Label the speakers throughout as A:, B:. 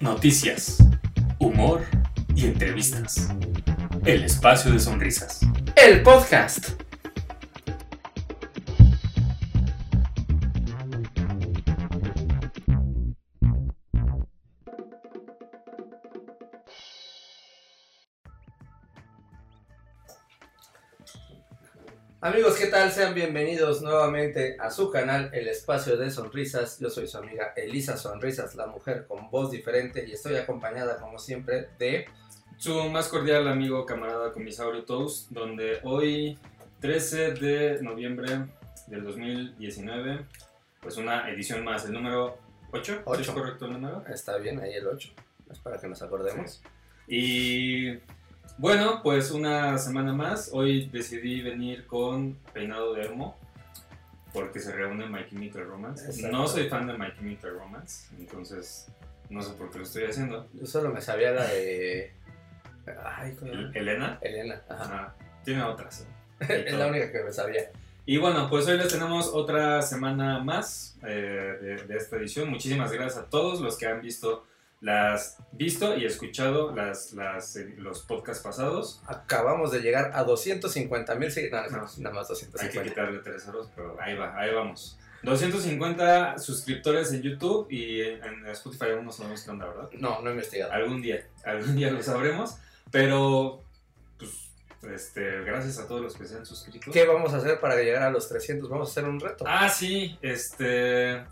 A: Noticias, humor y entrevistas. El espacio de sonrisas.
B: El podcast. Amigos, ¿qué tal? Sean bienvenidos nuevamente a su canal El Espacio de Sonrisas. Yo soy su amiga Elisa Sonrisas, la mujer con voz diferente y estoy acompañada como siempre de...
C: Su más cordial amigo, camarada Comisaurio Toast, donde hoy, 13 de noviembre del 2019, pues una edición más, el número 8, ¿sí ¿es
B: Ocho.
C: correcto el número?
B: Está bien, ahí el 8. Es para que nos acordemos.
C: Y bueno, pues una semana más, hoy decidí venir con peinado de emo, porque se reúne My Chemical Romance.
B: Exacto.
C: No soy fan de My Chemical Romance, entonces no sé por qué lo estoy haciendo.
B: Yo solo me sabía la de... Ay, ¿cómo era?
C: Elena,
B: Elena. Ajá.
C: ajá, tiene otras. ¿eh?
B: Es la única que me sabía.
C: Y bueno, pues hoy les tenemos otra semana más eh, de, de esta edición. Muchísimas gracias a todos los que han visto las visto y escuchado las, las, eh, los podcasts pasados.
B: Acabamos de llegar a 250 mil seguidores. No,
C: No.
B: nada más
C: Hay que
B: 250.
C: quitarle tres ceros, pero ahí va, ahí vamos. 250 suscriptores en YouTube y en, en Spotify aún no sabemos qué onda, ¿verdad?
B: No, no he investigado.
C: Algún día, algún día lo sabremos, pero pues este, gracias a todos los que se han suscrito.
B: ¿Qué vamos a hacer para llegar a los 300? Vamos a hacer un reto.
C: Ah, sí, este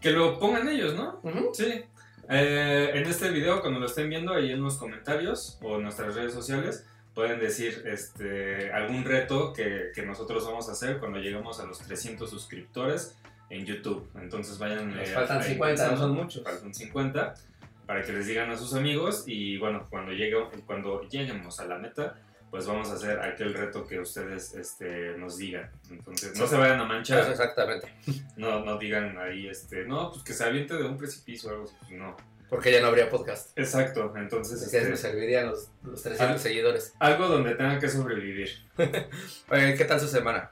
C: que lo pongan ellos, ¿no?
B: Ujú.
C: Sí. Eh, en este video, cuando lo estén viendo ahí en los comentarios o en nuestras redes sociales, pueden decir este, algún reto que, que nosotros vamos a hacer cuando lleguemos a los 300 suscriptores en YouTube. Entonces vayan.
B: Nos
C: eh,
B: faltan
C: ahí
B: 50,
C: pensando,
B: no son muchos.
C: Faltan 50 para que les digan a sus amigos y bueno, cuando, llegue, cuando lleguemos a la meta, pues vamos a hacer aquel reto que ustedes este, nos digan. Entonces no se vayan a manchar.
B: Eso exactamente.
C: No, no digan ahí, este, no, pues que se aviente de un precipicio o algo así. No.
B: Porque ya no habría podcast.
C: Exacto, entonces
B: Así es,
C: este,
B: me servirían los, los 300
C: Ah.
B: seguidores.
C: algo donde tengan que sobrevivir.
B: Oye, ¿Qué tal su semana?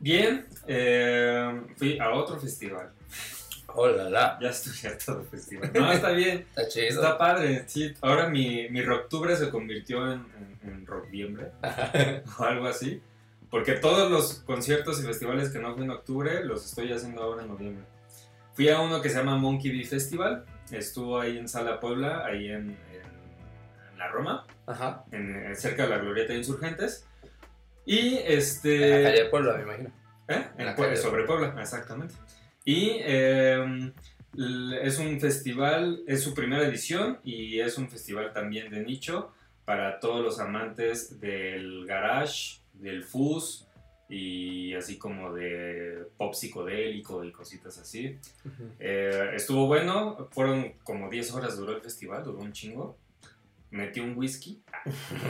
C: Bien, eh, fui a otro festival. Ah,
B: Hola, Oh, la.
C: Ya estoy harto de festival. No, está bien,
B: Está chido.
C: está padre. Sí, ahora mi, mi roctubre se convirtió en, en, en rockviembre o algo así. Porque todos los conciertos y festivales que no fui en octubre los estoy haciendo ahora en noviembre. Fui a uno que se llama Monkey Bee Festival. Estuvo ahí en Sala Puebla, ahí en- en- en la Roma.
B: Ajá.
C: en- en- eh, cerca de la Glorieta de Insurgentes. Y
B: En la
C: este.
B: calle de Puebla, me imagino.
C: ¿eh?
B: en la
C: En Pue-
B: calle.
C: sobre Puebla, exactamente. Y eh, l- es un festival, es su primera edición y es un festival también de nicho para todos los amantes del garage, del fuzz y así como de pop psicodélico y cositas así. Eh, estuvo bueno, fueron como 10 horas duró el festival, duró un chingo. Metí un whisky,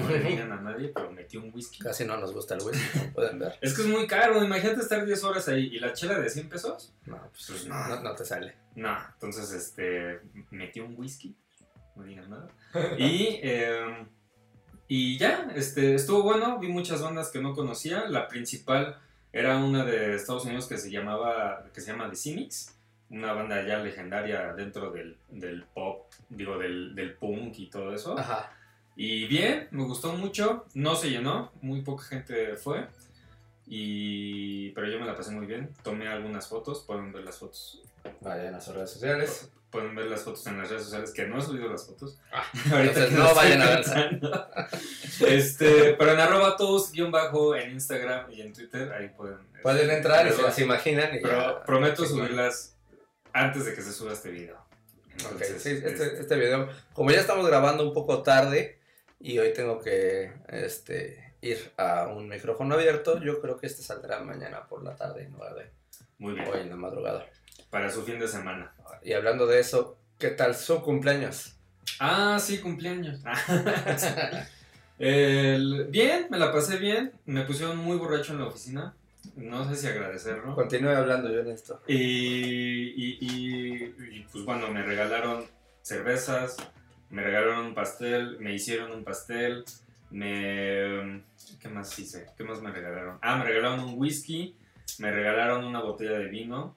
C: no le digan a nadie, pero metí un whisky.
B: Casi no nos gusta el whisky, como pueden ver.
C: Es que es muy caro, imagínate estar 10 horas ahí y la chela de 100 pesos.
B: No, pues,
C: Pues no.
B: no, no te sale.
C: No, entonces este, metí un whisky, no digan nada. Y, eh, y ya, este, estuvo bueno, vi muchas bandas que no conocía. La principal era una de Estados Unidos que se llamaba, que se llama The Cynics, una banda ya legendaria dentro del, del pop, digo, del, del punk y todo eso.
B: Ajá.
C: Y bien, me gustó mucho, no se llenó, muy poca gente fue. Y, pero yo me la pasé muy bien, tomé algunas fotos, pueden ver las fotos.
B: Vayan a sus redes sociales.
C: Pueden ver las fotos en las redes sociales, que no he subido las fotos.
B: Ah,
C: Ahorita
B: entonces
C: que
B: no
C: lo
B: vayan
C: estoy
B: a verse.
C: pensando. Este, pero en arroba todos guión bajo en Instagram y en Twitter, ahí pueden. este,
B: Pueden entrar y se
C: verlas.
B: las imaginan y
C: Pero
B: ya.
C: prometo
B: Sí,
C: subirlas antes de que se suba este video.
B: Ok,
C: Entonces,
B: sí, este,
C: este,
B: este video, como ya estamos grabando un poco tarde y hoy tengo que este, ir a un micrófono abierto, yo creo que este saldrá mañana por la tarde, en lugar de
C: muy bien,
B: hoy en la madrugada.
C: para su fin de semana.
B: Y hablando de eso, ¿qué tal su cumpleaños?
C: Ah, sí, cumpleaños. El- bien, me la pasé bien. Me pusieron muy borracho en la oficina. No sé si agradecerlo.
B: Continúe hablando yo en esto.
C: Y, y- y- y, pues bueno, me regalaron cervezas, me regalaron un pastel, me hicieron un pastel, me... ¿Qué más hice? ¿Qué más me regalaron? Ah, me regalaron un whisky, me regalaron una botella de vino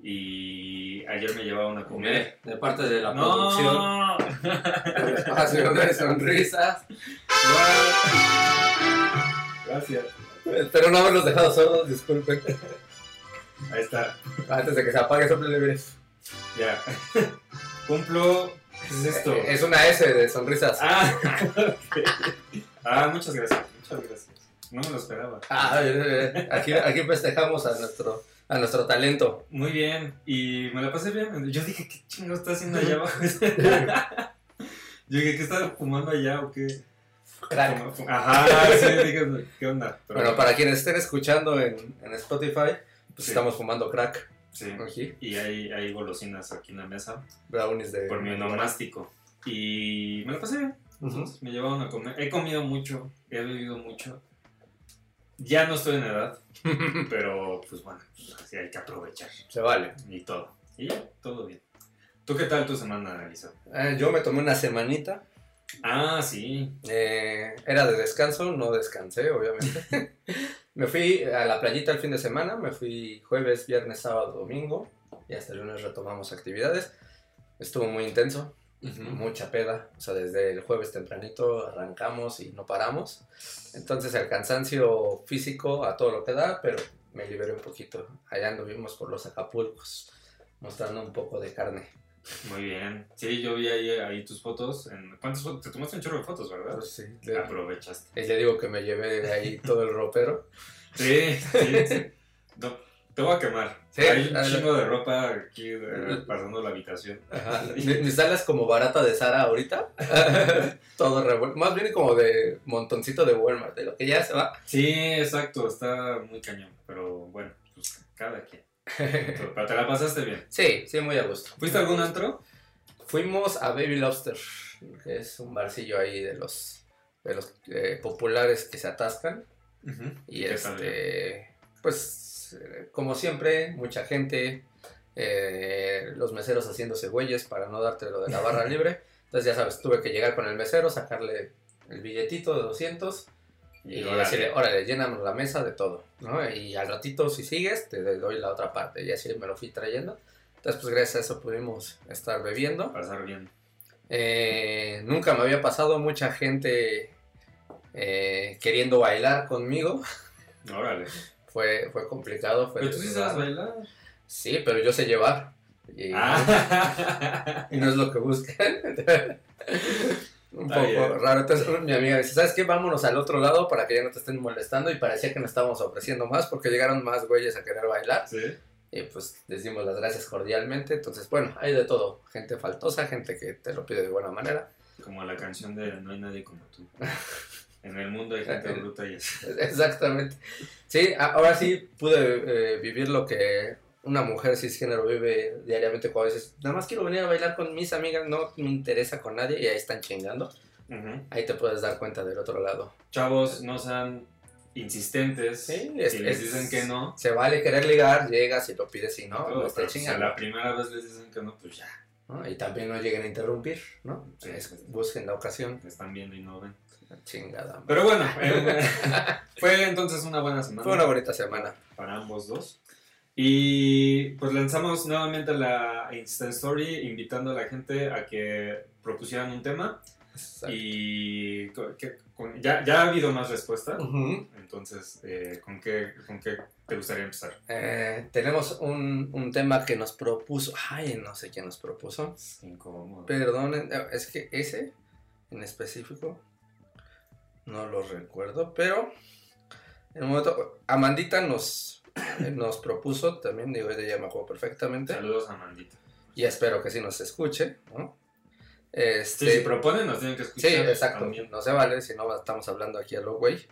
C: y ayer me llevaron a comer.
B: De parte de la producción
C: No.
B: del espacio de sonrisas.
C: Gracias.
B: Espero no haberlos dejado sordos, disculpen.
C: Ahí está.
B: Antes de que se apague, soplenle bien.
C: Ya. Cumplo. ¿Qué es esto?
B: Eh, Es una S de sonrisas.
C: Ah, ok. ah, muchas gracias. Muchas gracias. No me lo esperaba.
B: Ah, eh, eh, aquí, aquí festejamos a nuestro, a nuestro talento.
C: Muy bien, y me la pasé bien. Yo dije, ¿qué chingo está haciendo allá abajo? Yo dije, ¿qué está fumando allá o qué?
B: Crack.
C: Fuma- fu- Ajá, sí, dije, pues, ¿qué onda? Pero
B: Bueno, para quienes estén escuchando en, en Spotify, pues
C: Sí.
B: estamos fumando crack
C: Sí,
B: aquí.
C: y hay, hay golosinas aquí en la mesa
B: Brownies de.
C: por mi nomástico. Y me la pasé bien.
B: Ujú.
C: Me llevaron a comer. He comido mucho, he bebido mucho. Ya no estoy en edad, pero pues bueno, así hay que aprovechar
B: Se vale.
C: y todo. Y ya, todo bien. ¿Tú qué tal tu semana, Elisa?
B: Eh, yo me tomé una semanita.
C: Ah, sí,
B: Eh, era de descanso, no descansé, obviamente. me fui a la playita el fin de semana, me fui jueves, viernes, sábado, domingo y hasta el lunes retomamos actividades. Estuvo muy intenso, mucha peda, o sea, desde el jueves tempranito arrancamos y no paramos. Entonces el cansancio físico a todo lo que da, pero me liberé un poquito. Allá anduvimos por los Acapulcos, mostrando un poco de carne.
C: Muy bien. Sí, yo vi ahí, ahí tus fotos. En... ¿Cuántas fotos? Te tomaste un chorro de fotos, ¿verdad?
B: Pues sí, le-
C: Aprovechaste.
B: y le digo que me llevé de ahí todo el ropero.
C: Sí, sí, sí. No, te voy a quemar.
B: Sí,
C: Hay un
B: dale.
C: chingo de ropa aquí eh, pasando la habitación.
B: Ajá, Mi, mi sala es como barata de Sara ahorita. Todo revuelto. Más bien como de montoncito de Walmart, de lo que ya se va.
C: Sí, exacto. Está muy cañón. Pero bueno, pues cada quien. Pero pero te la pasaste bien.
B: Sí, sí, muy a gusto.
C: ¿Fuiste a algún antro?
B: Fuimos a Baby Lobster, que es un barcillo ahí de los, de los eh, populares que se atascan. Y
C: ¿Qué tal,
B: este, pues, eh, como siempre, mucha gente, eh, los meseros haciéndose güeyes para no darte lo de la barra libre. Entonces, ya sabes, tuve que llegar con el mesero, sacarle el billetito de 200 Y,
C: órale.
B: decirle, órale, llénanos la mesa de todo, ¿no? Y al ratito, si sigues, te doy la otra parte. Y así me lo fui trayendo. Entonces, pues gracias a eso pudimos estar bebiendo.
C: Pasar bien.
B: Eh, nunca me había pasado mucha gente eh, queriendo bailar conmigo.
C: Órale.
B: Fue, fue complicado. Fue
C: Pero tú sí sabes bailar.
B: pues, Sí, pero yo sé llevar. Y,
C: Ah.
B: y no es lo que buscan. Un
C: Está
B: poco
C: bien.
B: raro. Entonces, mi amiga dice, ¿sabes qué? Vámonos al otro lado para que ya no te estén molestando. Y parecía que nos estábamos ofreciendo más porque llegaron más güeyes a querer bailar.
C: Sí.
B: Y pues les dimos las gracias cordialmente. Entonces, bueno, hay de todo. Gente faltosa, gente que te lo pide de buena manera.
C: Como la canción de No hay nadie como tú. En el mundo hay gente bruta y así.
B: Exactamente. Sí, a- ahora sí pude eh, vivir lo que una mujer cisgénero vive diariamente cuando dices, nada más quiero venir a bailar con mis amigas, no me interesa con nadie y ahí están chingando. Ahí te puedes dar cuenta del otro lado.
C: Chavos, no sean insistentes.
B: Sí,
C: si
B: es-
C: les
B: es-
C: dicen que no,
B: Se vale querer ligar, llegas y lo pides y no,
C: todo,
B: no está
C: pero si a
B: chingando.
C: la primera vez les dicen que no, pues ya,
B: ¿no? Y también no lleguen a interrumpir, ¿no?
C: Sí.
B: Es- busquen la ocasión.
C: te están viendo y no ven.
B: Chingada. madre.
C: Pero bueno, eh, fue entonces una buena semana
B: Fue una bonita semana.
C: para ambos dos. Y pues lanzamos nuevamente la Instant Story invitando a la gente a que propusieran un tema. Y co- que- con- ya, ya ha habido más respuesta.
B: Ujú.
C: Entonces, eh, ¿con, qué, ¿con qué te gustaría empezar?
B: Eh, tenemos un, un tema que nos propuso. Ay, no sé quién nos propuso.
C: Incómodo.
B: Perdonen, eh, es que ese en específico no lo recuerdo, pero en un momento, Amandita nos, eh, nos propuso también, digo, ella me acuerdo perfectamente.
C: Saludos a Mandita.
B: Y espero que sí nos escuche, ¿no? Este,
C: Sí, si proponen, nos tienen que
B: Sí,
C: escuchar.
B: exacto.
C: también.
B: No se vale, si no estamos hablando aquí a lo güey.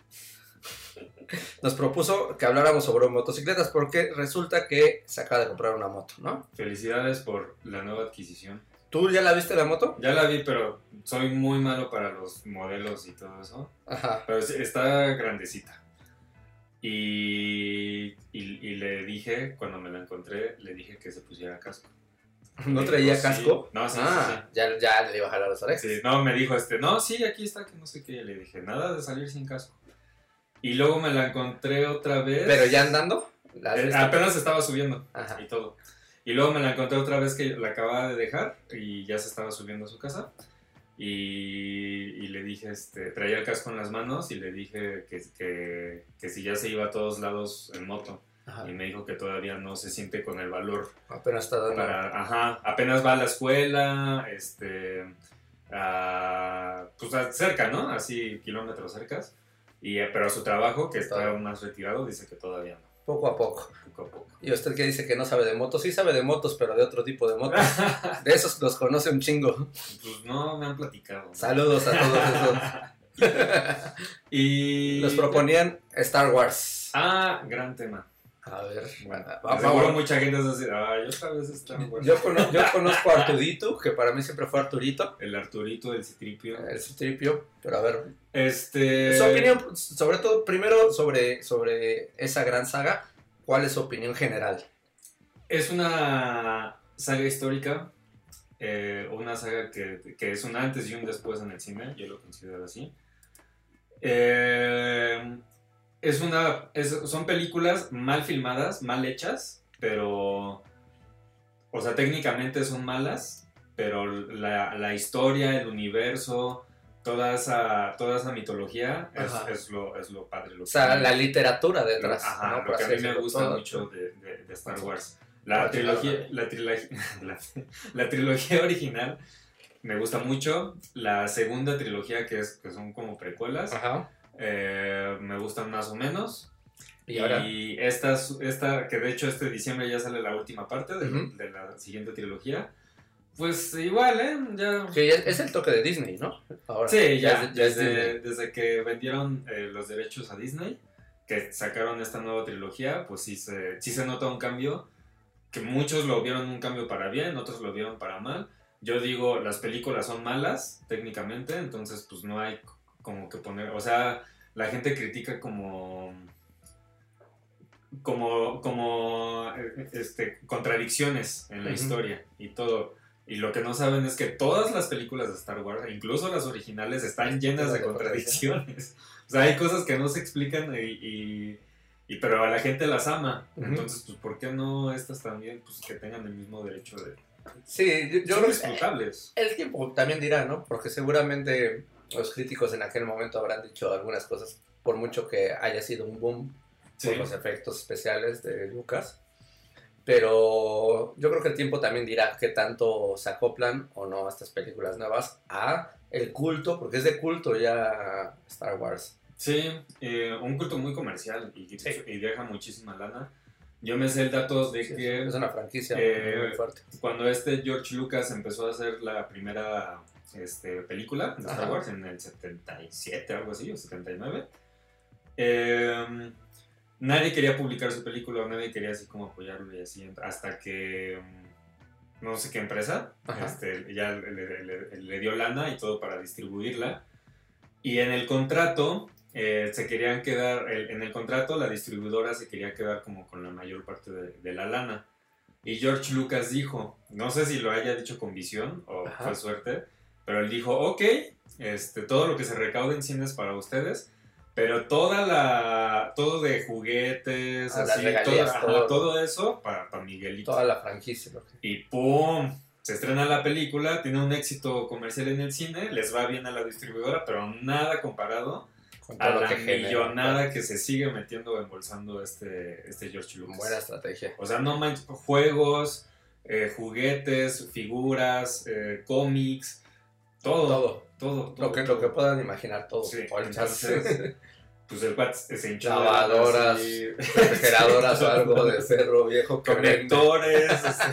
B: Nos propuso que habláramos sobre motocicletas porque resulta que se acaba de comprar una moto, ¿no?
C: Felicidades por la nueva adquisición.
B: ¿Tú ya la viste la moto?
C: Ya la vi, pero soy muy malo para los modelos y todo eso.
B: Ajá.
C: Pero es- está grandecita. Y, y, y le dije, cuando me la encontré, le dije que se pusiera casco.
B: ¿No
C: Me
B: traía
C: dijo,
B: casco?
C: "Sí". No, sí, sí,
B: Ah, ya, ya le iba a jalar las
C: sí,
B: orejas.
C: Sí, No, me dijo este, no, sí, aquí está, que no sé qué. Le dije, nada de salir sin casco. Y luego me la encontré otra vez.
B: Pero ya andando, la has
C: Eh,
B: visto.
C: Apenas estaba subiendo
B: Ajá.
C: y todo. Y luego me la encontré otra vez que la acababa de dejar y ya se estaba subiendo a su casa. Y, y le dije, este, traía el casco en las manos y le dije que, que, que si ya se iba a todos lados en moto.
B: Ajá.
C: Y me dijo que todavía no se siente con el valor
B: Apenas está dando.
C: para, ajá, apenas va a la escuela, este, a- pues a- cerca, ¿no? Así kilómetros cercas. Y, eh, pero a su trabajo, que está
B: Claro.
C: más retirado, dice que todavía no,
B: Poco a poco.
C: poco a poco.
B: Y usted que dice que no sabe de motos, sí sabe de motos, pero de otro tipo de motos. De esos los conoce un chingo.
C: Pues no me han platicado.
B: Saludos a todos esos.
C: Y...
B: Nos proponían Star Wars.
C: Ah, gran tema.
B: A ver,
C: Bueno,
B: ah,
C: de
B: ah,
C: seguro pues.
B: bueno,
C: mucha gente va a decir, ah, yo esta vez está bueno.
B: yo, cono- yo conozco a Artudito, que para mí siempre fue Arturito,
C: El Arturito, el Citripio.
B: el tripio, pero a ver,
C: Este...
B: su opinión, sobre todo, primero sobre, sobre esa gran saga, ¿cuál es su opinión general?
C: Es una saga histórica, eh, una saga que, que es un antes y un después en el cine, yo lo considero así. Eh, es una, es- son películas mal filmadas, mal hechas, pero... O sea, técnicamente son malas, pero la, la historia, el universo, toda esa, toda esa mitología es,
B: Ajá.
C: es lo, es lo padre. Lo
B: O sea,
C: que-
B: la literatura detrás.
C: Ajá,
B: ¿no?
C: lo
B: Por
C: que a
B: así
C: mí me
B: decirlo,
C: gusta
B: todo.
C: mucho de, de- de Star
B: Ajá.
C: Wars. La
B: Ah, claro,
C: trilogía, la, trilogía, la, la trilogía original me gusta mucho. La segunda trilogía, que, es, que son como precuelas,
B: Ajá.
C: eh, me gustan más o menos.
B: Y ahora,
C: Y esta, su- esta, que de hecho este diciembre ya sale la última parte de,
B: Ujú.
C: de la siguiente trilogía. Pues igual, ¿eh? Ya
B: que ya es el toque de Disney, ¿no? Ahora,
C: Sí, ya,
B: es- ya es Disney.
C: desde, desde que vendieron eh, los derechos a Disney, que sacaron esta nueva trilogía, pues sí se, sí se nota un cambio, que muchos lo vieron un cambio para bien, otros lo vieron para mal. Yo digo, las películas son malas técnicamente, entonces pues no hay como que poner, o sea, la gente critica como como como eh, este contradicciones en la
B: Ujú.
C: historia y todo y lo que no saben es que todas las películas de Star Wars, incluso las originales, están llenas de
B: de
C: contradicciones. O sea, hay cosas que no se explican y, y- y- pero a la gente las ama.
B: Ujú.
C: Entonces, pues, ¿por qué no estas también, pues, que tengan el mismo derecho de...
B: Sí, yo, yo
C: Son
B: creo que
C: disfrutables.
B: el tiempo también dirá, ¿no? Porque seguramente los críticos en aquel momento habrán dicho algunas cosas, por mucho que haya sido un boom
C: Sí.
B: por los efectos especiales de Lucas. Pero yo creo que el tiempo también dirá qué tanto se acoplan o no a estas películas nuevas a el culto, porque es de culto ya Star Wars.
C: Sí, eh, un culto muy comercial y, y- y deja muchísima lana. Yo me sé datos de
B: Sí,
C: que
B: es una franquicia
C: eh,
B: muy fuerte.
C: cuando este George Lucas empezó a hacer la primera este, película de Star
B: Ajá.
C: Wars en el 77, algo así, o 79, eh, nadie quería publicar su película, o nadie quería así como apoyarlo y así, hasta que mm, no sé qué empresa
B: Ajá.
C: este, ya le, le- le- le dio lana y todo para distribuirla. Y en el contrato, eh, se querían quedar, el- en el contrato la distribuidora se quería quedar como con la mayor parte de, de la lana. Y George Lucas dijo, no sé si lo haya dicho con visión o
B: Ajá.
C: fue suerte, pero él dijo, ok, este, todo lo que se recaude en cine es para ustedes, pero toda la, todo de juguetes,
B: Ah, las
C: así,
B: regalías,
C: todo, ajá,
B: todo.
C: todo eso para, para Miguelito.
B: Toda la franquicia. lo que-
C: Y ¡pum! Se estrena la película, tiene un éxito comercial en el cine, les va bien a la distribuidora, pero nada comparado
B: con todo
C: a
B: lo
C: la
B: que genera.
C: millonada que se sigue metiendo o embolsando este, este George Lucas.
B: Buena estrategia.
C: O sea, no manches, juegos, eh, juguetes, figuras, eh, cómics, todo, todo,
B: Todo.
C: todo.
B: Lo que, lo que puedan imaginar todos. eh,
C: Sí,
B: Colchas,
C: entonces, pues el cuate se hinchó. de
B: Lavadoras,
C: así,
B: refrigeradoras o algo de ferro viejo que vende.
C: conectores, este,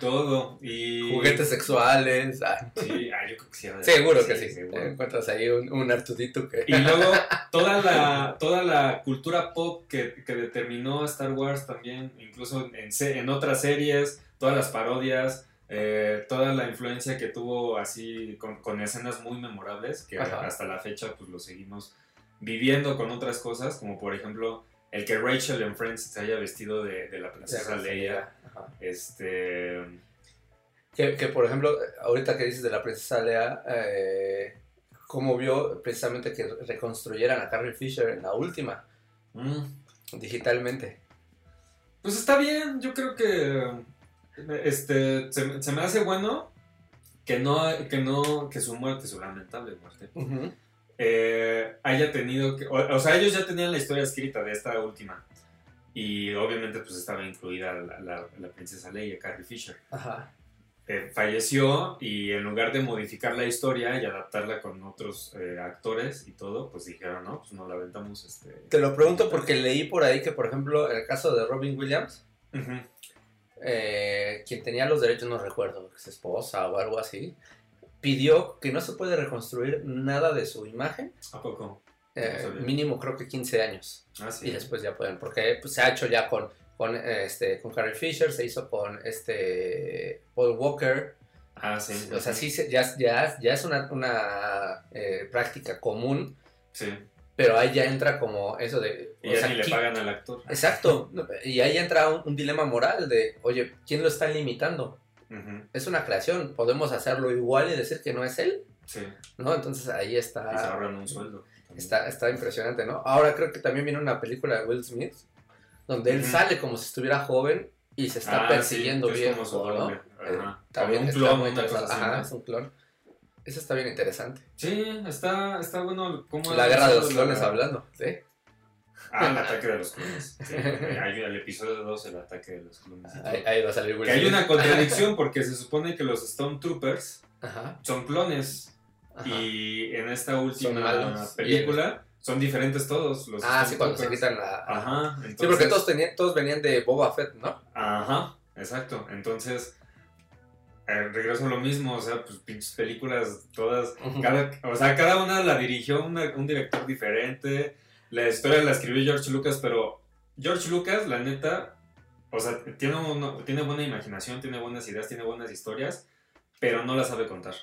C: todo. Y,
B: Juguetes sexuales. ah,
C: Sí, ah, yo creo que sí. era de-
B: seguro que sí.
C: seguro.
B: Encuentras ahí un, un Artudito que.
C: Y luego toda la, toda la cultura pop que, que determinó Star Wars también, incluso en, se- en otras series, todas las parodias, eh, toda la influencia que tuvo así con, con escenas muy memorables, que
B: Ajá.
C: hasta la fecha pues lo seguimos viviendo con otras cosas, como por ejemplo el que Rachel en Friends se haya vestido de, de la princesa Leia.
B: Ajá.
C: Este,
B: Que, que, por ejemplo, ahorita que dices de la princesa Lea, eh, cómo vio precisamente que reconstruyeran a Carrie Fisher en la última,
C: mm,
B: digitalmente.
C: Pues está bien, yo creo que Este, se, se me hace bueno que no, que no, que su muerte, su lamentable muerte,
B: Ujú.
C: eh, haya tenido que, o, o sea, ellos ya tenían la historia escrita de esta última. Y obviamente pues estaba incluida la, la- la princesa Leia, Carrie Fisher.
B: Ajá.
C: Eh, falleció y en lugar de modificar la historia y adaptarla con otros eh, actores y todo, pues dijeron, no, pues nos la aventamos este...
B: Te lo pregunto porque leí por ahí que, por ejemplo, el caso de Robin Williams,
C: Ujú.
B: eh, quien tenía los derechos, no recuerdo, ex esposa o algo así, pidió que no se puede reconstruir nada de su imagen,
C: ¿A poco?
B: eh,
C: No sabía.
B: mínimo creo que 15 años.
C: Ah, sí.
B: Y después ya pueden, porque pues, se ha hecho ya con, con, eh, este, con Carrie Fisher, se hizo con este Paul Walker.
C: Ah, sí.
B: O sea, sí, se- ya, ya, ya es una, una, eh, práctica común,
C: Sí.
B: pero ahí ya entra como eso de...
C: Y
B: o
C: ya
B: sea,
C: ni le
B: qui-
C: pagan al actor.
B: Exacto, y ahí entra un, un dilema moral de, oye, ¿quién lo está limitando?
C: Ujú,
B: Es una creación, podemos hacerlo igual y decir que no es él,
C: Sí.
B: ¿no? Entonces ahí
C: Y se
B: está...
C: ahorran un sueldo. también.
B: Ah, Está, está impresionante, ¿no? Ahora creo que también viene una película de Will Smith, donde él
C: Ujú.
B: sale como si estuviera joven y se está
C: Ah,
B: persiguiendo
C: sí, que es
B: bien.
C: como su doble. Ajá.
B: También
C: Como un
B: está
C: clon,
B: muy
C: una cosa
B: interesante.
C: así,
B: Ajá,
C: ¿no?
B: es un clon. Eso está bien interesante.
C: Sí, está, está bueno. ¿cómo
B: La
C: es?
B: guerra de los
C: La-
B: clones hablando, ¿sí?
C: Ah, el ataque de los clones. Sí, hay el episodio 2, el ataque de los clones. y todo.
B: Ahí, ahí va a salir Will
C: Que hay
B: Smith.
C: una contradicción porque se supone que los Stormtroopers
B: Ajá,
C: son clones
B: ajá.
C: y en esta
B: Son
C: última
B: malos.
C: película son diferentes todos los
B: ah, sí, cuando se
C: Stormtroopers.
B: quitan la...
C: Ajá, entonces,
B: Sí, porque todos, tenían, todos venían de Boba Fett, ¿no?
C: Ajá, exacto. Entonces, eh, regreso a lo mismo, o sea, pues pinches películas todas Cada, o sea, cada una la dirigió una- un director diferente. La historia la escribió George Lucas, pero George Lucas, la neta, o sea, tiene, una- tiene buena imaginación, tiene buenas ideas, tiene buenas historias, pero no la sabe contar.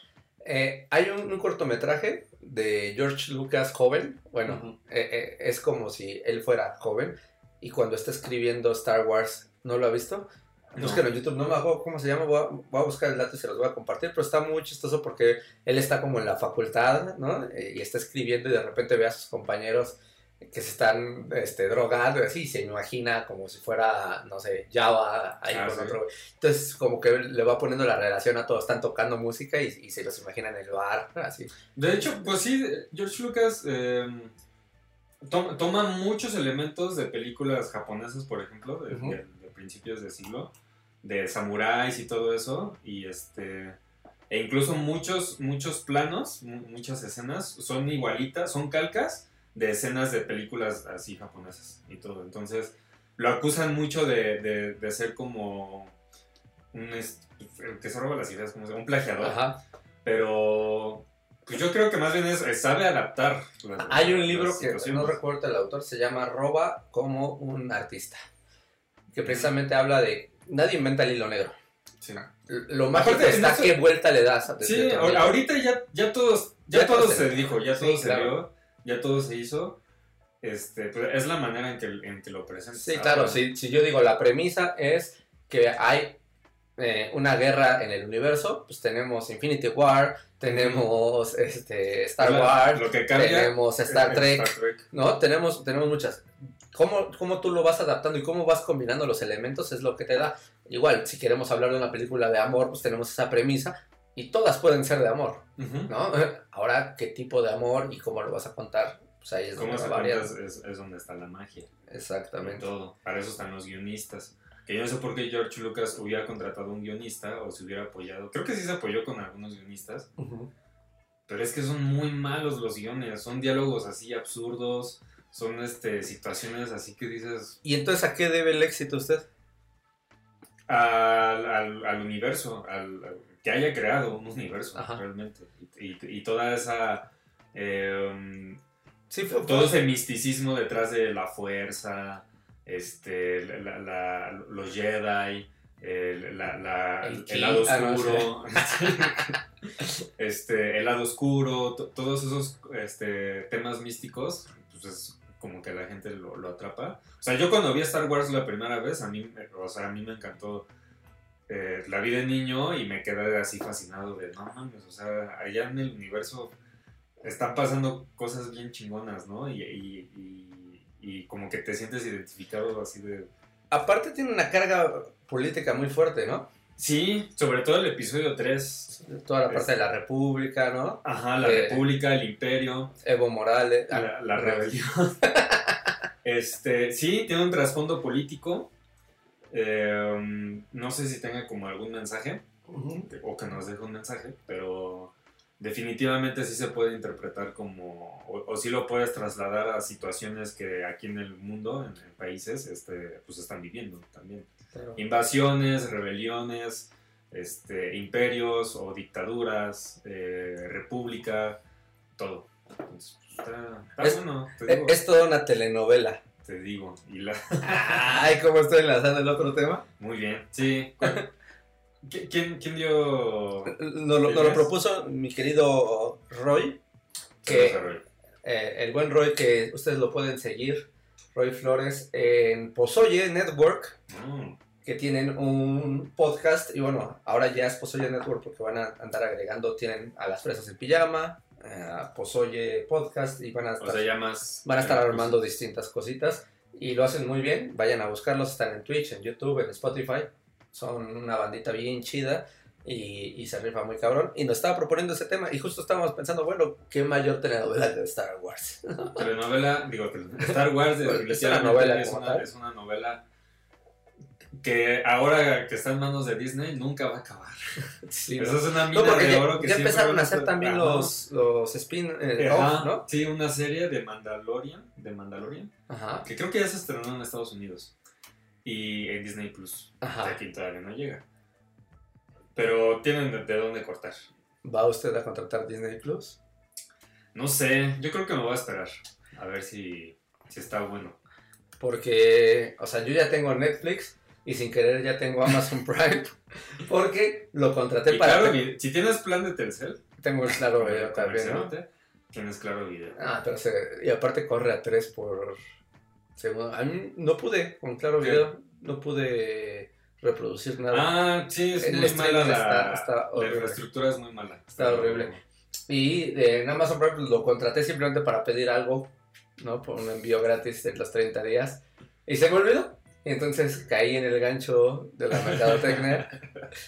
B: Eh, hay un, un cortometraje de George Lucas joven. Bueno,
C: Ujú.
B: eh, eh, es como si él fuera joven y cuando está escribiendo Star Wars, ¿no lo ha visto?
C: No.
B: Búsquenlo en YouTube, no me acuerdo cómo se llama, voy a, voy a buscar el dato y se los voy a compartir, pero está muy chistoso porque él está como en la facultad, ¿no? Eh, Y está escribiendo y de repente ve a sus compañeros que se están este, drogando y así, y se imagina como si fuera, no sé, Java ahí
C: Ah,
B: con
C: sí.
B: otro entonces, como que le va poniendo la relación a todos, están tocando música y, y se los imagina en el bar, así.
C: De hecho, pues sí, George Lucas eh, to- toma muchos elementos de películas japonesas, por ejemplo, de,
B: Ujú.
C: de- de principios de siglo, de samuráis y todo eso, y este e incluso muchos muchos planos, mu- muchas escenas son igualitas, son calcas de escenas de películas así japonesas y todo. Entonces, lo acusan mucho de, de- de ser como un est- el que se roba las ideas, como se- un plagiador.
B: Ajá.
C: Pero pues yo creo que más bien es, es sabe adaptar. las-
B: Ah, Hay un
C: las
B: libro que
C: situaciones.
B: no recuerdo el autor, se llama Roba como un artista, que precisamente habla de nadie inventa el hilo negro.
C: Sí,
B: L- Lo mágico
C: Aparte, en
B: está
C: eso-
B: qué vuelta le das. a-
C: Sí,
B: desde tu
C: ahor-
B: amigo.
C: ahorita ya, ya todos, ya,
B: Ya todo
C: todo
B: se
C: se
B: ve.
C: dijo, ya
B: Sí,
C: todo se
B: claro.
C: vio, ya todo se hizo. Este, pues, es la manera en que, en que lo presentas.
B: Sí, claro,
C: ahora.
B: si, si yo digo la premisa es que hay eh, una guerra en el universo, pues tenemos Infinity War, tenemos este, Star
C: Claro,
B: Wars,
C: Lo que cambia
B: tenemos
C: es
B: Star
C: el
B: Trek, No, tenemos, tenemos muchas. ¿Cómo, cómo tú lo vas adaptando y cómo vas combinando los elementos es lo que te da. Igual, si queremos hablar de una película de amor, pues tenemos esa premisa y todas pueden ser de amor,
C: Ujú.
B: ¿no? Ahora, ¿qué tipo de amor y cómo lo vas a contar? Pues ahí es
C: Cómo
B: donde
C: se
B: va
C: cuenta
B: variando.
C: es, es- es donde está la magia. Sobre
B: Exactamente.
C: todo. Para eso están los guionistas. Que yo no sé por qué George Lucas hubiera contratado un guionista o se hubiera apoyado. Creo que sí se apoyó con algunos guionistas.
B: Ujú.
C: Pero es que son muy malos los guiones, son diálogos así absurdos, son este situaciones así que dices
B: ¿Y entonces a qué debe el éxito usted?
C: al, al- al universo, al, al- que haya creado un universo
B: Ajá.
C: realmente. Y, y- y toda esa eh,
B: Sí, pues, fue, fue-
C: todo ese misticismo detrás de la fuerza, este la- la- la- los Jedi, el, la- la-
B: El
C: el
B: ki-
C: lado
B: ah, no,
C: oscuro. este, el lado oscuro, to- todos esos este, temas místicos, pues es como que la gente lo, lo atrapa. O sea, yo cuando vi Star Wars la primera vez, a mí, me- o sea, a mí me encantó. eh, la vi de niño y me quedé así fascinado de no mames, o sea, allá en el universo están pasando cosas bien chingonas, ¿no? Y, y- y- y como que te sientes identificado así de...
B: Aparte tiene una carga política muy fuerte, ¿no?
C: Sí, sobre todo el episodio 3.
B: Toda la parte de la República, ¿no?
C: Ajá, la
B: Eh,
C: República, el Imperio,
B: Evo Morales. ah,
C: la, la rebelión. este, sí, tiene un trasfondo político. Eh, no sé si tenga como algún mensaje
B: ujú.
C: o que nos deje un mensaje, pero definitivamente sí se puede interpretar como, o, o sí lo puedes trasladar a situaciones que aquí en el mundo, en, en países, este, pues están viviendo también.
B: Pero-
C: invasiones, rebeliones, este, imperios o dictaduras, eh, república, todo. Entonces, pues, está, está
B: Es-
C: bueno, te
B: Eh,
C: digo,
B: Es toda una telenovela.
C: te digo. Y la,
B: Ay, cómo estoy enlazando el otro tema.
C: muy bien, sí. ¿cuál- qui- ¿Quién, quién dio?
B: Nos lo, nos lo propuso mi querido Roy, que eh, el buen Roy que ustedes lo pueden seguir, Roy Flores, en Pozoye Network,
C: Mm,
B: que tienen un podcast, y bueno, ahora ya es Pozoye Network porque van a andar agregando, tienen a las fresas en pijama, eh, a Pozoye Podcast, y van a
C: o
B: estar,
C: sea, ya más.
B: van a estar
C: eh, pues,
B: armando distintas cositas, y lo hacen muy bien, vayan a buscarlos, están en Twitch, en YouTube, en Spotify, son una bandita bien chida. Y, y se rifa muy cabrón. Y nos estaba proponiendo ese tema. Y justo estábamos pensando, bueno, ¿qué mayor telenovela de Star Wars?
C: telenovela, digo, tele- Star Wars
B: Bueno, es una
C: definitivamente
B: novela
C: es
B: como
C: una,
B: tal.
C: es una novela que ahora que está en manos de Disney nunca va a acabar.
B: Sí,
C: Esa es una mina
B: No, porque
C: de
B: ya,
C: oro que
B: ya
C: siempre
B: empezaron
C: van
B: a hacer
C: estar-
B: también
C: Ajá.
B: los, los spin eh,
C: Ajá,
B: off, ¿no?
C: Sí, una serie de Mandalorian, de Mandalorian,
B: Ajá.
C: que creo que ya se estrenó en Estados Unidos y en Disney Plus.
B: Ajá.
C: De aquí todavía no llega. Pero tienen de, de dónde cortar.
B: ¿Va usted a contratar Disney Plus?
C: No sé, yo creo que me voy a esperar a ver si, si está bueno.
B: Porque, o sea, yo ya tengo Netflix y sin querer ya tengo Amazon Prime. Porque lo contraté
C: Y
B: para.
C: claro, vi- si tienes plan de Telcel,
B: Tengo el claro video también, ¿no?
C: comercialote, tienes claro video.
B: Ah, pero se- Y aparte corre a 3 por segundo. A mí no pude con claro
C: ¿Qué?
B: video. No pude reproducir nada.
C: Ah, sí, es
B: El
C: muy
B: streaming
C: mala la,
B: está- está
C: la
B: horrible.
C: infraestructura es muy mala.
B: Está horrible. Y eh, en Amazon Prime pues, lo contraté simplemente para pedir algo, ¿no? Por un envío gratis de los 30 días. Y se me olvidó. Y entonces caí en el gancho de la mercadotecnia.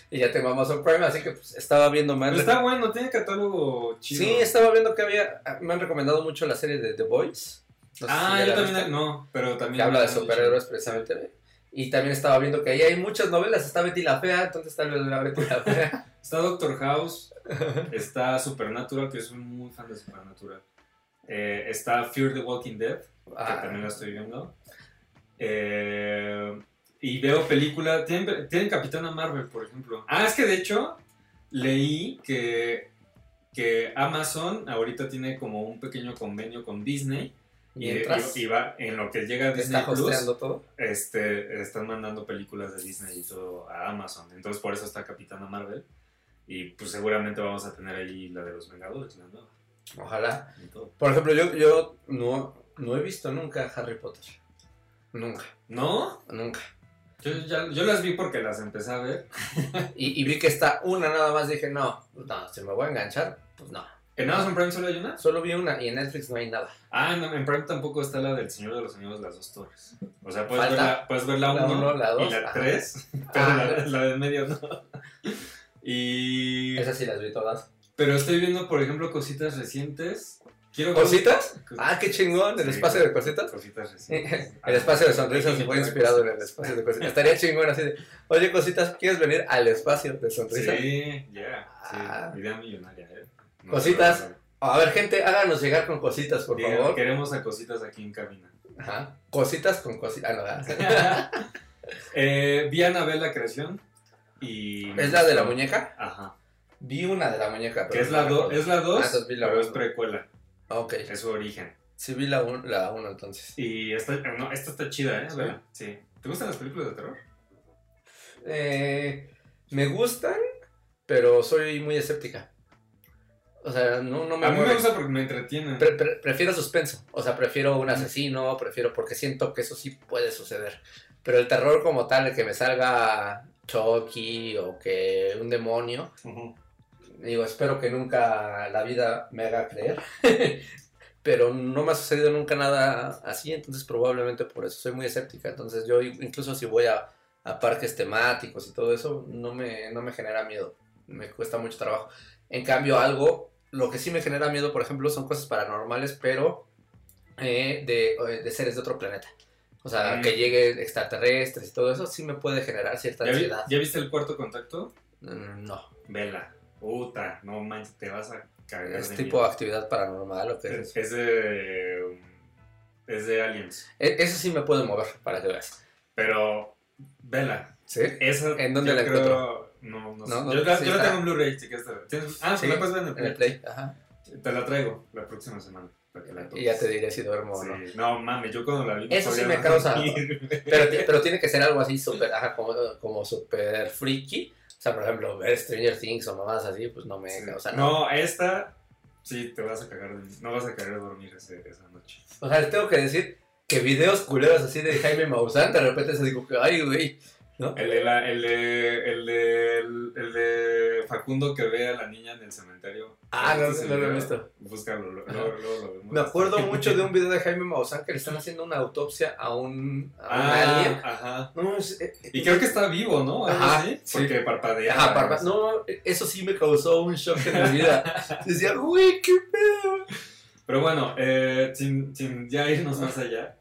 B: y ya tengo Amazon Prime, así que pues, estaba viendo más.
C: Pero está bueno, tiene catálogo chido.
B: sí, estaba viendo que había. ah, Me han recomendado mucho la serie de The Boys. No sé si
C: Ah,
B: ya
C: yo
B: la
C: también,
B: viste,
C: no, pero también...
B: Que habla de
C: me han dicho.
B: superhéroes precisamente. Y también estaba viendo que ahí hay muchas novelas. Está Betty la Fea, entonces tal vez la Betty la Fea.
C: Está Doctor House, está Supernatural, que soy muy fan de Supernatural. Eh, está Fear the Walking Dead, que
B: Ah,
C: también la estoy viendo. Eh, y veo películas, tienen, tienen Capitana Marvel, por ejemplo. Ah, es que de hecho leí que, que Amazon ahorita tiene como un pequeño convenio con Disney. Y,
B: Mientras
C: y- y va- en lo que llega
B: te
C: Disney
B: está
C: Plus,
B: hosteando todo.
C: este, están mandando películas de Disney y todo a Amazon. Entonces por eso está Capitana Marvel. Y pues seguramente vamos a tener ahí la de los Vengadores, la nueva.
B: Ojalá.
C: y todo.
B: Por ejemplo, yo, yo no, no he visto nunca Harry Potter. Nunca,
C: ¿No?
B: nunca.
C: Yo, ya- yo las vi porque las empecé a ver.
B: Y, y vi que está una nada más, dije, no, no, si me voy a enganchar, pues no.
C: ¿En Amazon Prime solo hay una?
B: Solo vi una y en Netflix no hay nada.
C: Ah, no, en Prime tampoco está la del Señor de los Anillos, las dos torres. O sea, puedes
B: Falta
C: ver la, puedes ver la
B: la
C: 1
B: uno, la dos,
C: y la
B: ajá.
C: 3, pero
B: Ah,
C: la,
B: la-
C: la de en medio no. Y...
B: Esas sí las vi todas.
C: Pero estoy viendo, por ejemplo, cositas recientes. Quiero ver-
B: ¿Cositas? Ah, qué chingón, el
C: Sí.
B: espacio de cositas.
C: Cositas recientes.
B: El espacio de sonrisas fue inspirado en el
C: espacio.
B: espacio de cositas. Estaría chingón así de, oye, cositas, ¿quieres venir al espacio de sonrisas?
C: Sí, ya.
B: Ah.
C: Sí, idea millonaria, ¿eh? No,
B: Cositas,
C: no, no.
B: A ver, gente, háganos llegar con cositas, por
C: Digan,
B: favor.
C: Queremos a cositas aquí en cabina.
B: Ajá. Cositas con cositas. Ah, no, ¿verdad?
C: eh, vi a Anabel la creación. Y
B: ¿Es la de la muñeca?
C: Ajá.
B: Vi una de la muñeca.
C: Que
B: pero
C: es
B: no
C: la,
B: me
C: do-
B: acuerdo.
C: es la dos,
B: Ah, entonces vi la
C: pero es
B: uno.
C: precuela.
B: Ok,
C: Es su origen.
B: sí vi la 1 la uno, entonces.
C: Y esta, no, esta está chida, ¿eh?
B: Sí.
C: Vela, Sí. ¿Te gustan las películas de terror?
B: Eh, me gustan, pero soy muy escéptica. O sea, no, no me
C: A mí me
B: mueven.
C: gusta porque me entretienen.
B: Pre- pre- prefiero suspenso. O sea, prefiero un asesino, prefiero porque siento que eso sí puede suceder. Pero el terror como tal, que me salga Chucky o que un demonio,
C: Ujú.
B: digo, espero que nunca la vida me haga creer. Pero no me ha sucedido nunca nada así, entonces probablemente por eso soy muy escéptica. Entonces yo incluso si voy a a parques temáticos y todo eso, no me, no me genera miedo. Me cuesta mucho trabajo. En cambio, algo, lo que sí me genera miedo, por ejemplo, son cosas paranormales, pero eh, de, de seres de otro planeta. O sea,
C: Mm.
B: que lleguen extraterrestres y todo eso, sí me puede generar cierta
C: ¿Ya, vi-
B: ansiedad.
C: ya viste el cuarto contacto?
B: Mm, No,
C: Vela. Puta, no manches, te vas a cagar.
B: es
C: de
B: tipo
C: miedo.
B: actividad paranormal o qué es eso.
C: Es, es de. um, Es de aliens.
B: E- Eso sí me puede mover, para que veas.
C: Pero. Vela.
B: ¿Sí?
C: Esa,
B: ¿En dónde
C: yo
B: la
C: creo-
B: encuentro?
C: No,
B: No,
C: no, sé.
B: no,
C: yo la,
B: sí
C: yo la
B: está.
C: tengo en Blu-ray, chequeaste. ¿Tienes- Ah,
B: Sí,
C: la puedes ver en el
B: En el
C: Play.
B: play, ajá.
C: Te la traigo la próxima semana. para que la
B: Y
C: toques.
B: ya te diré si duermo o
C: Sí,
B: no.
C: No mames, yo cuando la vi. no
B: Eso sí
C: podía
B: me causa-
C: dormir.
B: Pero, ti- pero tiene que ser algo así súper, ajá, como, como súper freaky. O sea, por ejemplo, ver Stranger Things o mamadas así, pues no me...
C: Sí.
B: O sea, no.
C: no, esta. Sí, te vas a cagar de No vas a querer dormir ese- esa noche.
B: O sea, les tengo que decir que videos culeros así de Jaime Maussan, de repente se digo que, ay, güey, ¿no?
C: El de, la- el, de, el, de, el, de Facundo que ve a la niña en el cementerio.
B: Ah, no,
C: Este
B: no lo he
C: video,
B: visto.
C: Búscalo, lo-
B: Ajá.
C: luego- luego lo vemos. Ah,
B: Me acuerdo mucho de un video de Jaime Maussan que le están haciendo una autopsia a un, a un
C: Ah,
B: alien.
C: ajá.
B: No, es- eh,
C: Y creo que está vivo, ¿no? Algo
B: Ajá,
C: así,
B: sí.
C: Porque parpadea.
B: Ajá, parpa- No, eso sí me causó un shock en mi vida. Decía, güey, qué pedo.
C: Pero bueno, eh, sin, sin ya irnos más allá.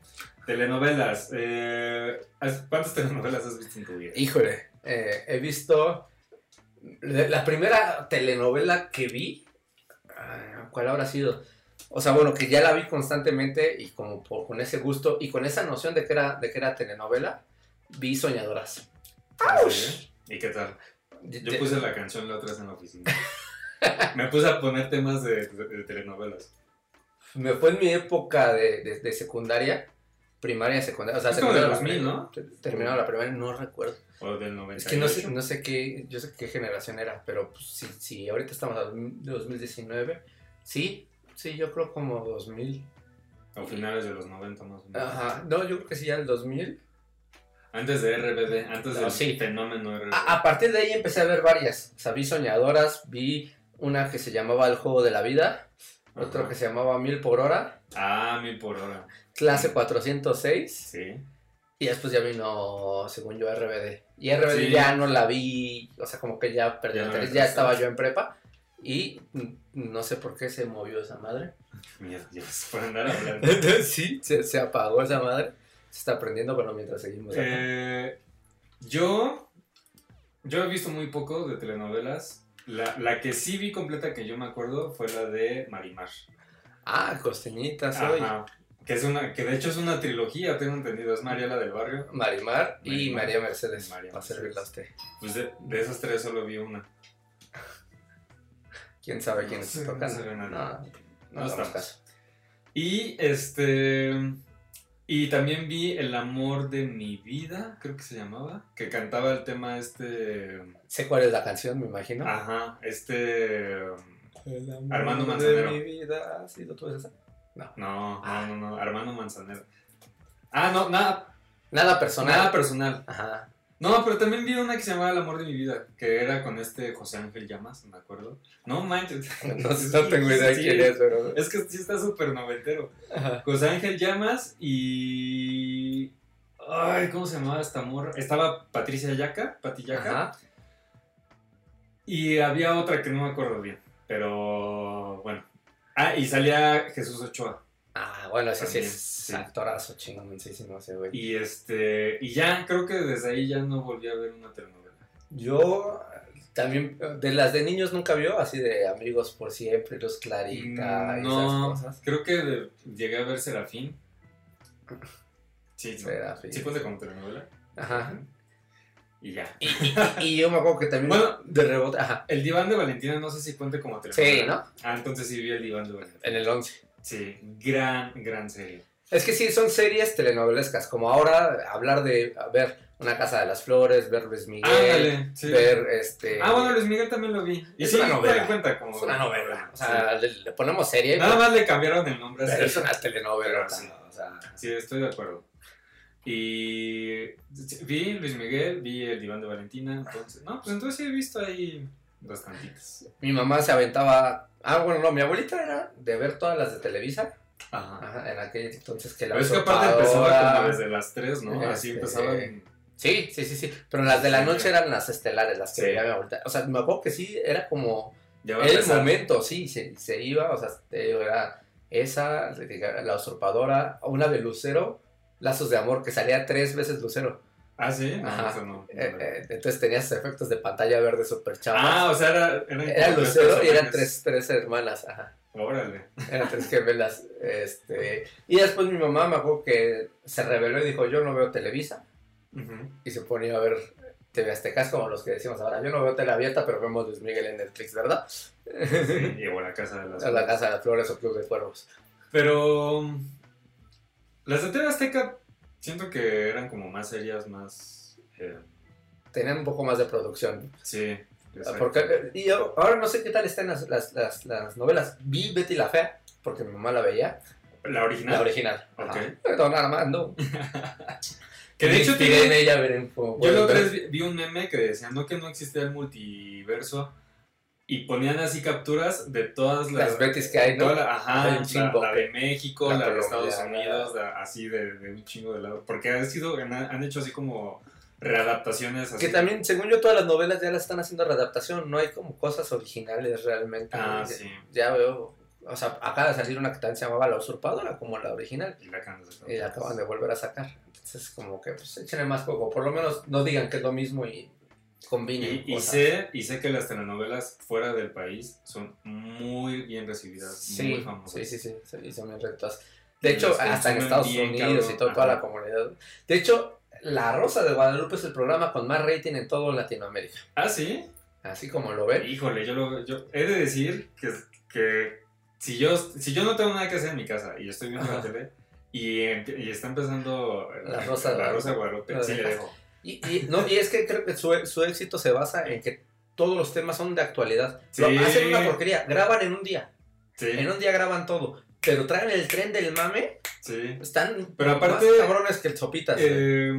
C: Telenovelas. eh, ¿has- ¿Cuántas telenovelas has visto en tu vida?
B: Híjole, eh, he visto la la primera telenovela que vi, ah, ¿cuál habrá sido? O sea, bueno, que ya la vi constantemente y como por- con ese gusto y con esa noción de que era, de que era telenovela, vi Soñadoras.
C: ¿En serio? ¿eh? ¿Y qué tal?
B: De-
C: Yo
B: de-
C: puse la canción la otra vez en la oficina. Me puse a poner temas de, de- de telenovelas.
B: me fue en mi época de, de- de secundaria, primaria, secundaria, o sea,
C: Es como del
B: secundaria
C: 2000,
B: la-
C: ¿no?
B: te- Terminaba la primaria, no recuerdo.
C: O del 98.
B: Es que no sé, no sé qué, yo sé qué generación era, pero pues, si, si ahorita estamos en 2019, sí, sí, yo creo como 2000.
C: O finales de los 90 más o menos.
B: Ajá, no, yo creo que sí, ya el 2000.
C: Antes de RBD, antes
B: No,
C: del
B: Ah, sí. Ah.
C: fenómeno RBD.
B: A, a partir de ahí empecé a ver varias. O sea, vi soñadoras, vi una que se llamaba El Juego de la Vida,
C: Ajá.
B: otro que se llamaba Mil por Hora,
C: Ah, mil por hora.
B: Clase 406,
C: Sí.
B: y después ya vino, según yo, RBD. Y RBD
C: Sí.
B: ya no la vi, o sea, como que ya perdí
C: Ya
B: el
C: no
B: interés,
C: la
B: ya
C: alcanzaste.
B: estaba yo en prepa. Y mm, no sé por qué se movió esa madre.
C: Mierda, ya se fue a andar hablando.
B: Entonces, sí, se, se apagó esa madre. Se está aprendiendo, pero mientras seguimos. acá.
C: Eh, yo, yo he visto muy poco de telenovelas. La, la que sí vi completa que yo me acuerdo fue la de Marimar.
B: Ah, costeñitas hoy.
C: Ajá. Que, es una, que de hecho es una trilogía, tengo entendido. Es Mariela del Barrio.
B: Marimar y
C: Marimar.
B: María Mercedes.
C: María
B: para
C: Mercedes.
B: servirla a usted.
C: Pues de, de esas tres solo vi una.
B: Quién sabe quién
C: No
B: está
C: sé, no
B: tocando.
C: sé
B: No,
C: nada.
B: no,
C: No
B: hagamos
C: estamos.
B: caso.
C: Y este. Y también vi El amor de mi vida, creo que se llamaba. Que cantaba el tema este.
B: Sé cuál es la canción, me imagino.
C: Ajá, este.
B: El amor
C: Ah. Armando
B: de
C: Manzanero.
B: mi vida ha sido tú, ¿es esa?
C: No,
B: Ah.
C: no, no, no, Armando Manzanero. Ah, no, nada,
B: Nada personal.
C: nada personal.
B: Ajá.
C: No, pero también vi una que se llamaba El amor de mi vida, que era con este José Ángel Llamas, me acuerdo. No manches.
B: No, sé, no tengo idea
C: Sí,
B: quién es, pero.
C: Es que sí está súper noventero.
B: Ajá.
C: José Ángel Llamas y. Ay, ¿cómo se llamaba esta morra? Estaba Patricia Yaca, Pati Yaca.
B: Ajá.
C: Y había otra que no me acuerdo bien. Pero bueno. Ah, y salía Jesús Ochoa.
B: Ah, bueno, ese sí es
C: También, sí.
B: actorazo chingoncísimo ese güey.
C: Y este. Y ya, creo que desde ahí ya no volví a ver una telenovela.
B: Yo también, de las de niños nunca vio, así de amigos por siempre, los Clarita
C: Mm, No,
B: y esas cosas.
C: creo que de- llegué a ver Serafín. Sí, ¿no?
B: Serafín.
C: Sí, cuenta como telenovela.
B: Ajá.
C: Y ya.
B: Y yo me acuerdo que también.
C: Bueno.
B: de rebote. Ajá.
C: El diván de Valentina no sé si cuente como telenovela.
B: Sí, ¿no?
C: Ah, entonces sí vi el diván de Valentina.
B: En el 11.
C: Sí, gran, gran serie.
B: Es que sí, son series telenovelescas, como ahora hablar de a ver Una Casa de las Flores, ver Luis Miguel,
C: Ándale, sí.
B: ver este...
C: Ah, bueno, Luis Miguel también lo vi. Y
B: Es
C: sí,
B: una novela.
C: cuenta como...
B: Es una novela, o sea, le, le ponemos
C: Sí.
B: serie,
C: Nada más le cambiaron el nombre.
B: pero,
C: así.
B: es una telenovela,
C: Pero sí.
B: o sea...
C: Sí, estoy de acuerdo. Y vi Luis Miguel, vi el diván de Valentina, entonces... No, pues entonces sí he visto ahí bastantitas.
B: Mi mamá se aventaba... Ah, bueno, no, mi abuelita era de ver todas las de Televisa,
C: Ajá.
B: Ah, ajá, en aquel entonces que la
C: Pero es que aparte empezaba
B: Usurpadora,
C: como desde las 3, ¿no? Así
B: Este,
C: empezaba
B: Sí, sí, sí, sí. Pero las de la
C: Sí.
B: noche eran las estelares, las que
C: Sí.
B: veía mi abuelita. O sea, me acuerdo que sí, era como
C: Ya va a
B: el
C: empezar.
B: momento, sí, se, se iba, o sea, te digo, era esa, la usurpadora, una de Lucero, Lazos de Amor, que salía tres veces Lucero.
C: Ah, sí. No,
B: Ajá.
C: eso no. no,
B: Eh,
C: no.
B: eh, entonces tenías efectos de pantalla verde super chavos.
C: ah, o sea, era.
B: era Lucero y eran tres, tres hermanas, ajá.
C: Órale.
B: Eran tres gemelas. Este, y después mi mamá me acuerdo que se reveló y dijo, yo no veo Televisa.
C: Ujú.
B: Y se ponía a ver TV Aztecas como los que decimos ahora. Yo no veo tele abierta, pero vemos Luis Miguel en Netflix, ¿verdad?
C: Llegó a la casa de las.
B: a la Casa de las Flores o Club de Cuervos.
C: Pero. um, Las de TV Azteca siento que eran como más serias, más. eh,
B: Tenían un poco más de producción.
C: sí. exacto.
B: Ah, Porque, y yo- ahora no sé qué tal están las, las, las- las novelas. Vi Betty la Fea, porque mi mamá la veía.
C: La original.
B: La original.
C: Ah, Ok.
B: Ajá. Don Armando.
C: que de hecho
B: Me inspiré en
C: tiene.
B: ella, veré un poco.
C: Yo la otra vez vi- vi un meme que decía, no que no existía el multiverso. Y ponían así capturas de todas las.
B: Las Bettys que hay, ¿no?
C: toda la- ajá,
B: Hay un
C: la-
B: chingo.
C: la, de México,
B: La
C: la, de
B: colombiana,
C: Estados Unidos, la- así de, de un chingo de lado. Porque han sido, han, han hecho así como readaptaciones así.
B: Que también, según yo, todas las novelas ya las están haciendo readaptación, no hay como cosas originales realmente.
C: Ah,
B: ya,
C: sí.
B: ya veo, o sea, acaba de salir una que también se llamaba La Usurpadora, como la original,
C: Y la acaban de sacar.
B: y la acaban de volver a sacar. Entonces, como que, pues, échenle más poco, por lo menos no digan que es lo mismo y combinen.
C: Y, y
B: cosas.
C: sé, y sé que las telenovelas fuera del país son muy bien recibidas, muy
B: Sí,
C: famosas.
B: sí, sí, sí, sí, son bien rectas. De
C: Y
B: hecho,
C: las
B: hasta en
C: consumen
B: Estados
C: bien,
B: Unidos y
C: cabrón.
B: todo, toda
C: Ajá.
B: la comunidad. De hecho, La Rosa de Guadalupe es el programa con más rating en todo Latinoamérica.
C: Ah, sí.
B: Así como lo ven.
C: Híjole, yo, lo, yo he de decir que, que si, yo, si yo no tengo nada que hacer en mi casa y estoy viendo la
B: Ajá.
C: tele y, empe- y está empezando
B: La Rosa de
C: la Rosa de
B: La
C: Guadalupe,
B: de
C: sí le
B: Guadalupe.
C: dejo.
B: Y, y- no, y es que creo que su, su éxito se basa en que todos los temas son de actualidad.
C: Sí.
B: Lo- hacen una porquería, graban en un día.
C: Sí,
B: En un día graban todo. Pero traen el tren del mame,
C: sí.
B: están
C: Pero aparte-
B: más cabrones que el Sopitas. güey.
C: Eh,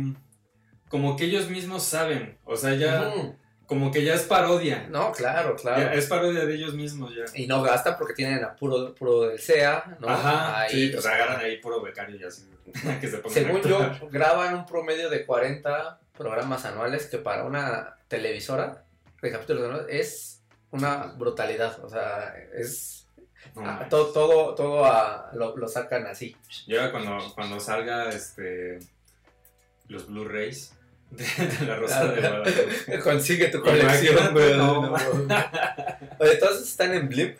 C: como que ellos mismos saben, o sea, ya,
B: Ujú.
C: como que ya es parodia.
B: No, claro,
C: Ya
B: claro.
C: es parodia de ellos mismos ya.
B: Y no gastan porque tienen a puro, puro del SEA, ¿no?
C: Ajá,
B: Ahí,
C: sí, o
B: pues,
C: sea, agarran ahí puro becario y así, que se pongan
B: Según
C: a
B: yo,
C: actuar.
B: graban un promedio de 40 programas anuales que para una televisora de capítulos anuales es una brutalidad. O sea, es
C: No,
B: Ah,
C: mames.
B: todo todo, todo ah, lo, lo sacan así.
C: Y ahora cuando, cuando salga este los Blu-rays de, de la Rosa de Guadalupe.
B: Consigue tu
C: Imagínate,
B: colección, güey.
C: no,
B: No, Oye, Entonces están en Blimp.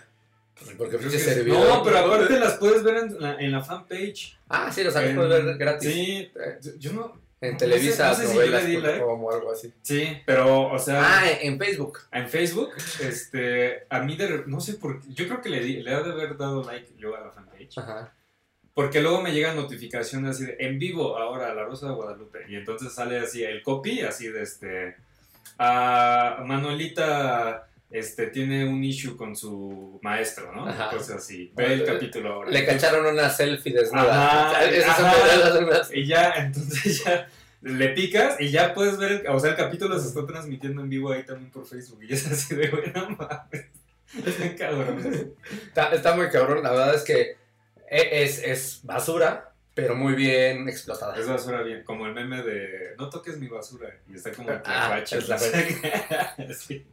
B: Pues, Porque pinche servidor.
C: No, pero aparte las puedes ver en la, en la fanpage.
B: Ah, sí, los sabes
C: En-
B: puedes ver gratis.
C: Sí,
B: Eh,
C: yo- yo no.
B: En
C: no
B: Televisa,
C: sé- no sé si yo le
B: novelas,
C: di like.
B: como algo así.
C: Sí, pero, o sea,
B: Ah, en en Facebook.
C: en Facebook, este, a mí de, re- no sé por qué, yo creo que le, di- le ha de haber dado like yo a la fanpage.
B: Ajá.
C: Porque luego me llegan notificaciones así de en vivo ahora la Rosa de Guadalupe. Y entonces sale así el copy, así de este. ah, Manuelita este, tiene un issue con su maestro, ¿no?
B: Ajá.
C: Cosas así. Ve el
B: Le-
C: capítulo ahora.
B: Le cacharon una selfie desnuda.
C: Ajá,
B: O sea, Esas son
C: ajá.
B: verdaderas unas-
C: Y ya, entonces ya le picas y ya puedes ver. el- o sea, el capítulo se está transmitiendo en vivo ahí también por Facebook. Y es así de bueno, mames. Están cabrones.
B: Está, está muy cabrón. La verdad es que e- es, es basura, pero muy bien explotada.
C: Es basura bien, como el meme de no toques mi basura. Y está como el
B: Ah,
C: tlacuache,
B: el
C: ¿no? Sí.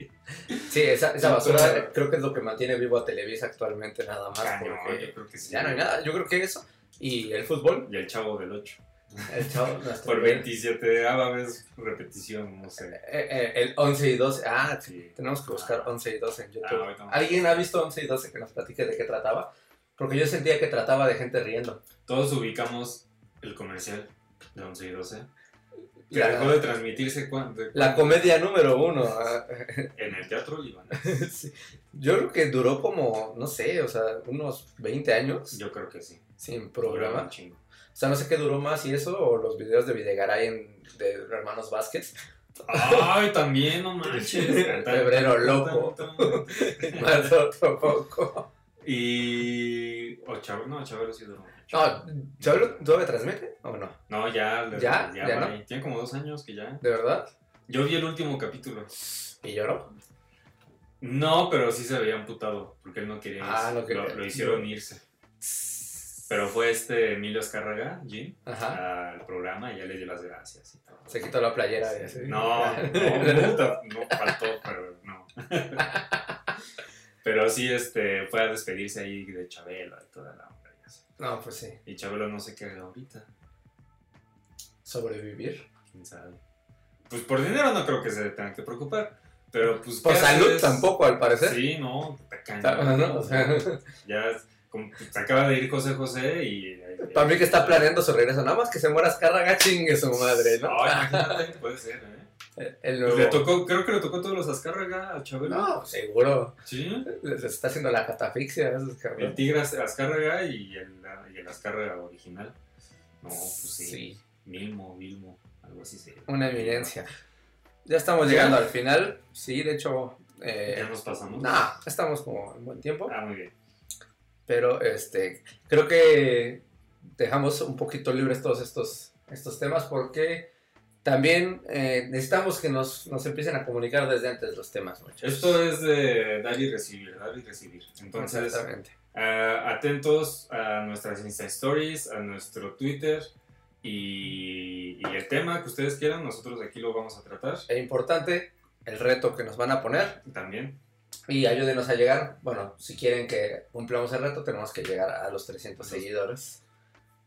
B: Sí, esa, esa
C: Sí,
B: basura
C: claro.
B: creo que es lo que mantiene vivo a Televisa actualmente nada más.
C: Cañón,
B: porque
C: yo creo que sí.
B: Ah, pues ya no hay nada. Yo creo que eso. Y el fútbol.
C: Y el chavo del 8.
B: El chavo, nuestro-
C: Por ah, 27 ava vez repetición, no
B: Eh,
C: sé.
B: eh, el 11 y 12. Ah, sí,
C: Sí.
B: tenemos que buscar 11 y 12 en
C: Ah,
B: YouTube.
C: ahorita vamos.
B: ¿Alguien ha visto 11 y 12 que nos platique de qué trataba? Porque yo sentía que trataba de gente riendo.
C: Todos ubicamos el comercial de 11 y 12. Que
B: La,
C: dejó de transmitirse cuan- de-
B: la comedia número uno. ah,
C: en el teatro libanés.
B: sí. Yo creo que duró como, no sé, o sea, unos 20 años
C: Yo creo que sí.
B: sin
C: Duraba
B: programa.
C: un chingo.
B: O sea, no sé qué duró más y eso, o los videos de Videgaray en- de Hermanos Vázquez.
C: Ay, también, no manches.
B: Febrero loco. más otro poco.
C: Y. O Chabelo, no, Chabelo sí duró. mucho.
B: No, ¿Chabelo todavía transmite o no?
C: No, ya, le-
B: ¿Ya?
C: ya,
B: ¿Ya
C: va
B: no?
C: ahí. Tiene como dos años que ya.
B: ¿De verdad?
C: Yo vi el último capítulo.
B: ¿Y lloró?
C: No, pero sí se veía amputado, porque él no quería
B: Ah,
C: irse.
B: no quería.
C: Lo, lo hicieron irse. Pero fue este Emilio Azcárraga, Jim,
B: Ajá.
C: al programa y ya le dio las gracias. y todo.
B: Ah. Se quitó la playera. y así.
C: No, no, puta, no faltó, pero no. Pero sí, este, fue a despedirse ahí de Chabelo y toda la onda. y así.
B: No, pues sí.
C: Y Chabelo no sé qué haga ahorita,
B: Sobrevivir.
C: quién sabe. Pues por dinero no creo que se tengan que preocupar, pero pues...
B: Por
C: ¿qué
B: salud
C: haces?
B: tampoco, al parecer.
C: Sí, no, te
B: Está-
C: cañón.
B: ¿no? O sea,
C: Ya es como que se acaba de ir José José y...
B: para mí que está planeando su regreso. Nada más que se muera Azcárraga, chingue su madre, ¿no?
C: Ay, imagínate, puede ser, ¿eh?
B: El
C: Pues
B: nuevo-
C: Le tocó, creo que le tocó todos los Azcárraga a Chabelo.
B: No, pues, seguro.
C: Sí.
B: Les está haciendo la catafixia a esos
C: El
B: cabrones.
C: Tigre Az- Azcárraga y el, y el Azcárraga original. No, pues sí.
B: Sí,
C: Milmo, Vilmo, algo así se llama.
B: una eminencia. Ya estamos llegando al final. Sí, de hecho. eh,
C: Ya nos pasamos.
B: nah, estamos como en buen tiempo.
C: Ah, muy bien.
B: Pero este, creo que dejamos un poquito libres todos estos, estos temas porque también eh, necesitamos que nos, nos empiecen a comunicar desde antes los temas, muchachos.
C: Esto es de dar y recibir, dar y recibir. Entonces,
B: Exactamente.
C: ah, atentos a nuestras Insta Stories, a nuestro Twitter y, y el tema que ustedes quieran, nosotros aquí lo vamos a tratar
B: Es E importante el reto que nos van a poner
C: también.
B: y ayúdenos a llegar. Bueno, si quieren que cumplamos el reto, tenemos que llegar a los 300 seguidores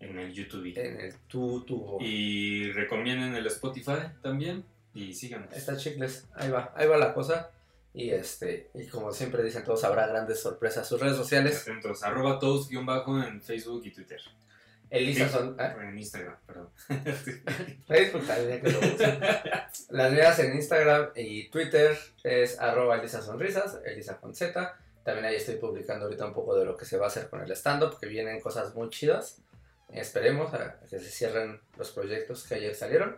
C: En el YouTube.
B: en el tu tubo.
C: Y recomienden el Spotify también. Y síganos.
B: Está chicles, ahí va, ahí va la cosa. Y este, y como siempre dicen todos, habrá grandes sorpresas. Sus redes sociales,
C: Atentos. Arroba toast-bajo en Facebook y Twitter.
B: Elisa
C: Sí.
B: son, ¿eh?
C: En Instagram, perdón.
B: Facebook también, ya que lo usan. Las mías en Instagram y Twitter es arroba Elisa Sonrisas, Elisa con Z. También ahí estoy publicando ahorita un poco de lo que se va a hacer con el stand-up, que vienen cosas muy chidas. Esperemos a que se cierren los proyectos que ayer salieron.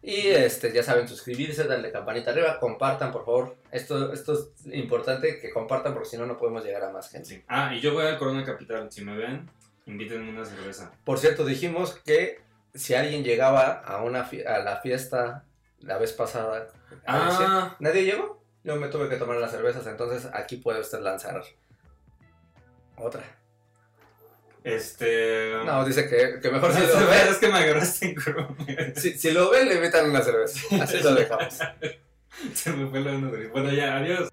B: Y este, ya saben, suscribirse, darle campanita arriba, compartan por favor. Esto, esto es importante que compartan porque si no, no podemos llegar a más gente.
C: Sí. Ah, y yo voy al Corona Capital. Si me ven, invítenme una cerveza.
B: Por cierto, dijimos que si alguien llegaba a, una fie- a la fiesta la vez pasada, a decir,
C: Ah,
B: nadie llegó. Yo me tuve que tomar las cervezas, entonces aquí puede usted lanzar otra.
C: este.
B: No, dice que, que mejor si
C: No,
B: lo ve.
C: es que me agarraste en curva.
B: Si, si lo ve, le invitan una cerveza. Así lo dejamos.
C: Se me fue la onda. de- Bueno, ya, adiós.